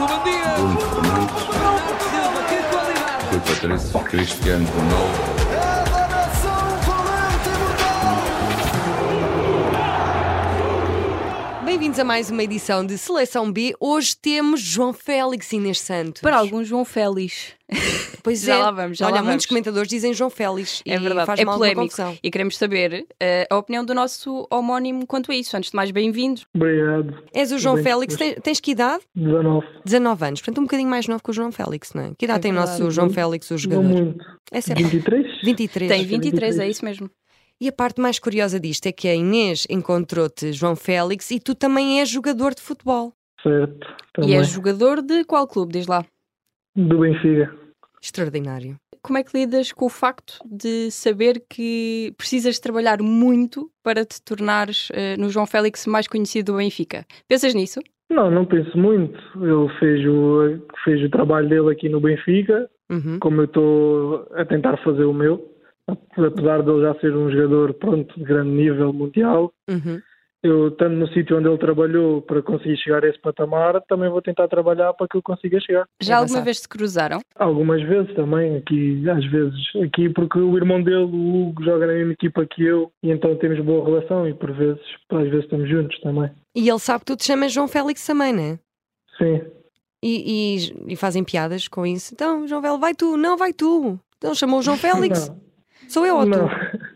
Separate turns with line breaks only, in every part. Bruno Fernandes, Rui Patrício, Cristiano Ronaldo,
Bem-vindos a mais uma edição de Seleção B. Hoje temos João Félix e Inês Santos.
Para alguns, João Félix.
Pois
já
é.
lá vamos, já
Olha,
lá
muitos
vamos.
comentadores dizem João Félix.
É
e
verdade,
faz
é
mal alguma
polémico.
confusão.
E queremos saber eh, a opinião do nosso homónimo quanto a isso. Antes de mais, bem-vindos.
Obrigado.
És o João
Bem,
Félix,
mas-
tens, tens que idade?
19.
19 anos, portanto um bocadinho mais novo que o João Félix, não é? Que idade tem o nosso João Félix, o
Não
jogador?
muito.
Essa é
23?
23.
Tem 23, é isso mesmo.
E a parte mais curiosa disto é que a Inês encontrou-te João Félix e tu também és jogador de futebol.
Certo.
E
Também.
é jogador de qual clube, diz lá?
Do Benfica.
Extraordinário.
Como é que lidas com o facto de saber que precisas trabalhar muito para te tornares eh, no João Félix mais conhecido do Benfica? Pensas nisso?
Não, não penso muito. Eu fez o, fez o trabalho dele aqui no Benfica,
Uhum.
como eu estou a tentar fazer o meu. Apesar dele já ser um jogador pronto, de grande nível mundial,
Uhum.
eu estando no sítio onde ele trabalhou para conseguir chegar a esse patamar, também vou tentar trabalhar para que eu consiga chegar.
Já alguma
Engraçado.
vez se cruzaram?
Algumas vezes também, aqui, às vezes, aqui, porque o irmão dele, o Hugo, joga na mesma equipa que eu e então temos boa relação e por vezes, às vezes estamos juntos também.
E ele sabe que tu te chamas João Félix também, não é?
Sim,
E, e- e fazem piadas com isso. Então, João Velho, vai tu, não vai tu. Então chamou o João Félix, sou eu
não,
ou tu?
não.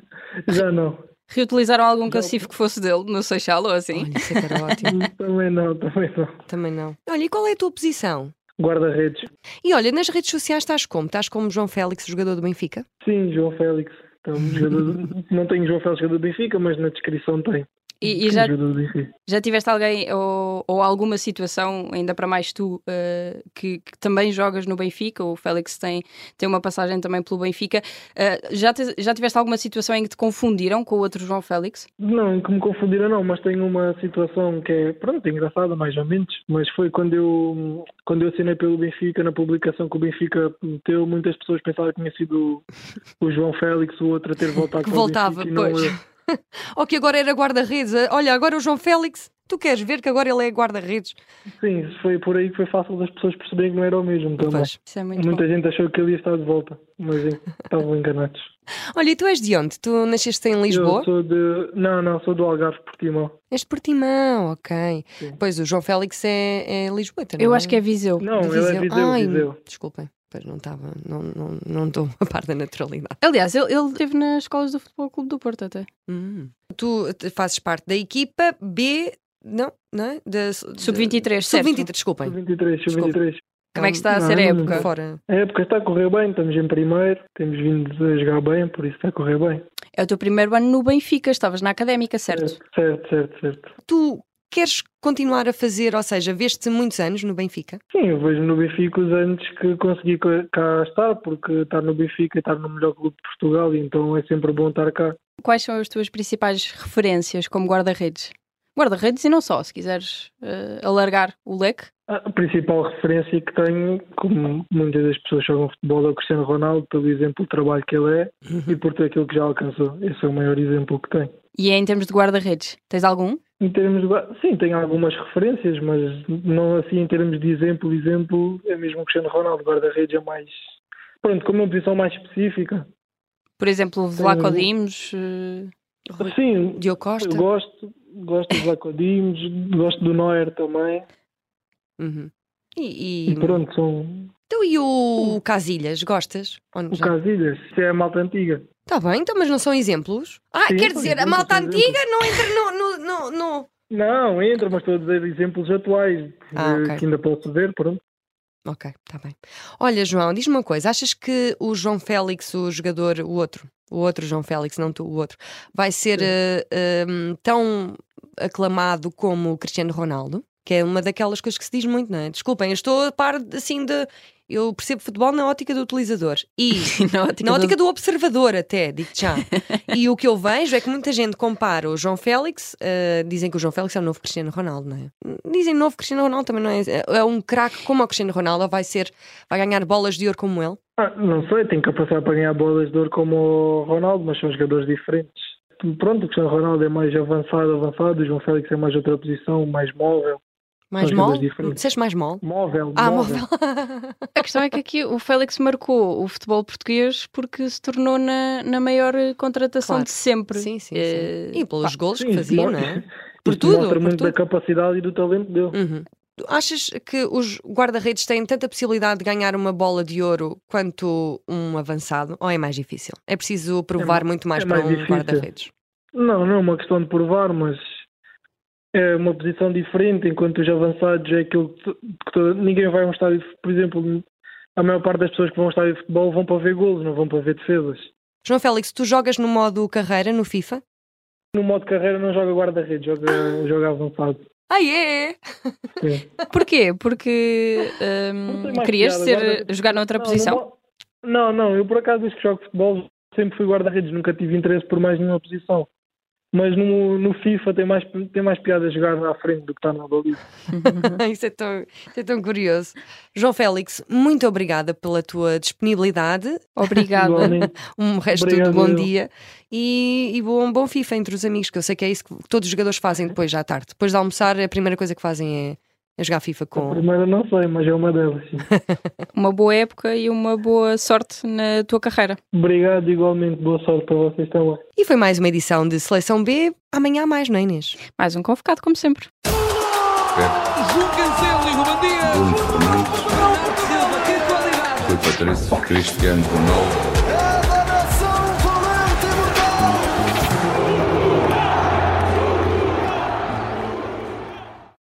já não.
Reutilizaram algum cacifo que fosse dele no Seixal ou assim?
Olha, isso é que era ótimo.
também não, também não.
Também não. Olha, e qual é a tua posição?
Guarda-redes.
E olha, nas redes sociais estás como? Estás como João Félix, jogador do Benfica?
Sim, João Félix. Então, jogador, não tenho João Félix jogador do Benfica, mas na descrição tem.
E- e já
Jogador do Benfica.
Já tiveste alguém ou, ou alguma situação, ainda para mais tu, eh, que, que também jogas no Benfica? O Félix tem, tem uma passagem também pelo Benfica. Eh, já, te- já tiveste alguma situação em que te confundiram com o outro João Félix?
Não, que me confundiram não, mas tenho uma situação que é, pronto, engraçada mais ou menos, mas foi quando eu, quando eu assinei pelo Benfica, na publicação que o Benfica meteu, muitas pessoas pensavam que tinha sido o João Félix, o outro a ter voltado
Que
para o
voltava,
Benfica e não
pois.
eu.
Ou que agora era guarda-redes? Olha, agora o João Félix, tu queres ver que agora ele é guarda-redes?
Sim, foi por aí que foi fácil das pessoas perceberem que não era o mesmo também.
Pois.
Isso é muito
Muita
bom.
gente achou que ele ia estar de volta, mas en- estavam enganados.
Olha, e tu és de onde? Tu nasceste em Lisboa?
Eu sou de... Não, não, sou do Algarve, Portimão.
És de Portimão, ok.
Sim.
Pois o João Félix é, é Lisboeta, não
Eu acho que é Viseu.
Não,
De
ele é Viseu,
Ai,
Viseu.
Desculpem, pois não estava, não estou não, não estou a par da naturalidade.
Aliás, ele, ele esteve nas escolas do Futebol Clube do Porto até.
Hum. Tu te- fazes parte da equipa B, não, não é? Da- da-
Sub-23, certo?
Sub-23, desculpem.
Sub-23, sub-23.
Como é que está a
Não,
ser a
não,
época?
Fora.
A época está a correr bem, estamos em primeiro, temos vindo a jogar bem, por isso está a correr bem.
É o teu primeiro ano no Benfica, estavas na académica, certo?
Certo, certo, certo.
Tu queres continuar a fazer, ou seja, veste muitos anos no Benfica?
Sim, eu vejo no Benfica os anos que consegui cá- cá estar, porque estar no Benfica é estar no melhor clube de Portugal, então é sempre bom estar cá.
Quais são as tuas principais referências como guarda-redes? Guarda-redes e não só, se quiseres eh, alargar o leque.
A principal referência que tenho, como muitas das pessoas jogam futebol, é o Cristiano Ronaldo, pelo exemplo do trabalho que ele é e por tudo aquilo que já alcançou. Esse é o maior exemplo que tenho.
E é em termos de guarda-redes, tens algum?
Em termos de... ba- Sim, tem algumas referências, mas não assim em termos de exemplo, exemplo, é mesmo o Cristiano Ronaldo, guarda-redes é mais... Pronto, como uma posição mais específica.
Por exemplo, Vlaco Dimos, eh,
Rui
Sim,
Diogo Costa?
eu gosto, gosto de Lacodimos, gosto do Neuer também.
Uhum. E,
E
e...
pronto, são
Então, e o Casilhas, gostas? Ou não?
o Casilhas, isso é a malta antiga.
Está bem, então, mas não são exemplos? Ah,
Sim,
quer
são
dizer, a
exemplos,
malta
são exemplos.
antiga não entra no... no, no, no...
Não, entra, mas estou a dizer exemplos atuais
Ah,
eh,
ok.
que ainda posso ver, pronto.
Ok, está bem. Olha, João, diz-me uma coisa. Achas que o João Félix, o jogador, o outro, o outro João Félix, não tu, o outro, vai ser
Sim.
eh, ehm, tão aclamado como o Cristiano Ronaldo? Que é uma daquelas coisas que se diz muito, não é? Desculpem, eu estou a par de- assim de. Eu percebo futebol na ótica do utilizador e
na ótica,
na
do-
ótica do observador, até, digo já. e o que eu vejo é que muita gente compara o João Félix, eh, dizem que o João Félix é o novo Cristiano Ronaldo, não é? Dizem novo Cristiano Ronaldo também não é. É um craque como o Cristiano Ronaldo, ou vai ser, vai ganhar bolas de ouro como ele.
Ah, não sei, tem capacidade para ganhar bolas de ouro como o Ronaldo, mas são jogadores diferentes. Pronto, o Cristiano Ronaldo é mais avançado, avançado, o João Félix é mais outra posição, mais móvel.
Mais
São
mole?
jogadores diferentes.
Disseste mais mole?
Móvel,
Ah,
móvel.
móvel.
A questão é que aqui o Félix marcou o futebol português porque se tornou na, na maior eh, contratação
Claro.
de sempre.
Sim, sim, sim.
Eh,
E pelos golos
Sim,
que
isso
fazia,
mo-
não é? Por
Isto
tudo,
mostra
por
muito
tudo.
da capacidade e do talento dele.
Uhum. Tu Achas que os guarda-redes têm tanta possibilidade de ganhar uma bola de ouro quanto um avançado? Ou é mais difícil? É preciso provar muito mais
é
para
mais
um
difícil.
guarda-redes.
Não, não é uma questão de provar, mas é uma posição diferente, enquanto os avançados é aquilo que, to- que to- ninguém vai a um estádio, de fute- por exemplo, a maior parte das pessoas que vão ao estádio de futebol vão para ver golos, não vão para ver defesas.
João Félix, tu jogas no modo carreira no FIFA?
No modo carreira não joga guarda-redes, joga, joga avançado.
Ah, é?
Sim.
Porquê? Porque ehm,
Não tem mais
querias
piada,
ser,
guarda-redes.
jogar noutra
Não,
posição?
no mo- Não, não, eu por acaso desde que jogo futebol sempre fui guarda-redes, nunca tive interesse por mais nenhuma posição. Mas no, no FIFA tem mais, tem mais piada jogar à frente do que estar na baliza. Uhum.
isso, é tão, isso é tão curioso. João Félix, muito obrigada pela tua disponibilidade.
Obrigada.
Igualmente.
Um resto
Obrigado,
de bom
eu.
dia e, e bom, bom FIFA entre os amigos, que eu sei que é isso que todos os jogadores
Uhum.
fazem depois já à tarde. Depois de almoçar, a primeira coisa que fazem é, é jogar FIFA
A
com.
primeira não sei, mas é uma delas. sim.
uma boa época e uma boa sorte na tua carreira.
Obrigado, igualmente. Boa sorte para vocês também.
E foi mais uma edição de Seleção B. Amanhã há mais, não é, Inês?
Mais um convocado, como sempre.
João Cancelo e Ruben Dias. Bruno Fernandes.
Que qualidade!
Rui Patrício, Cristiano Ronaldo.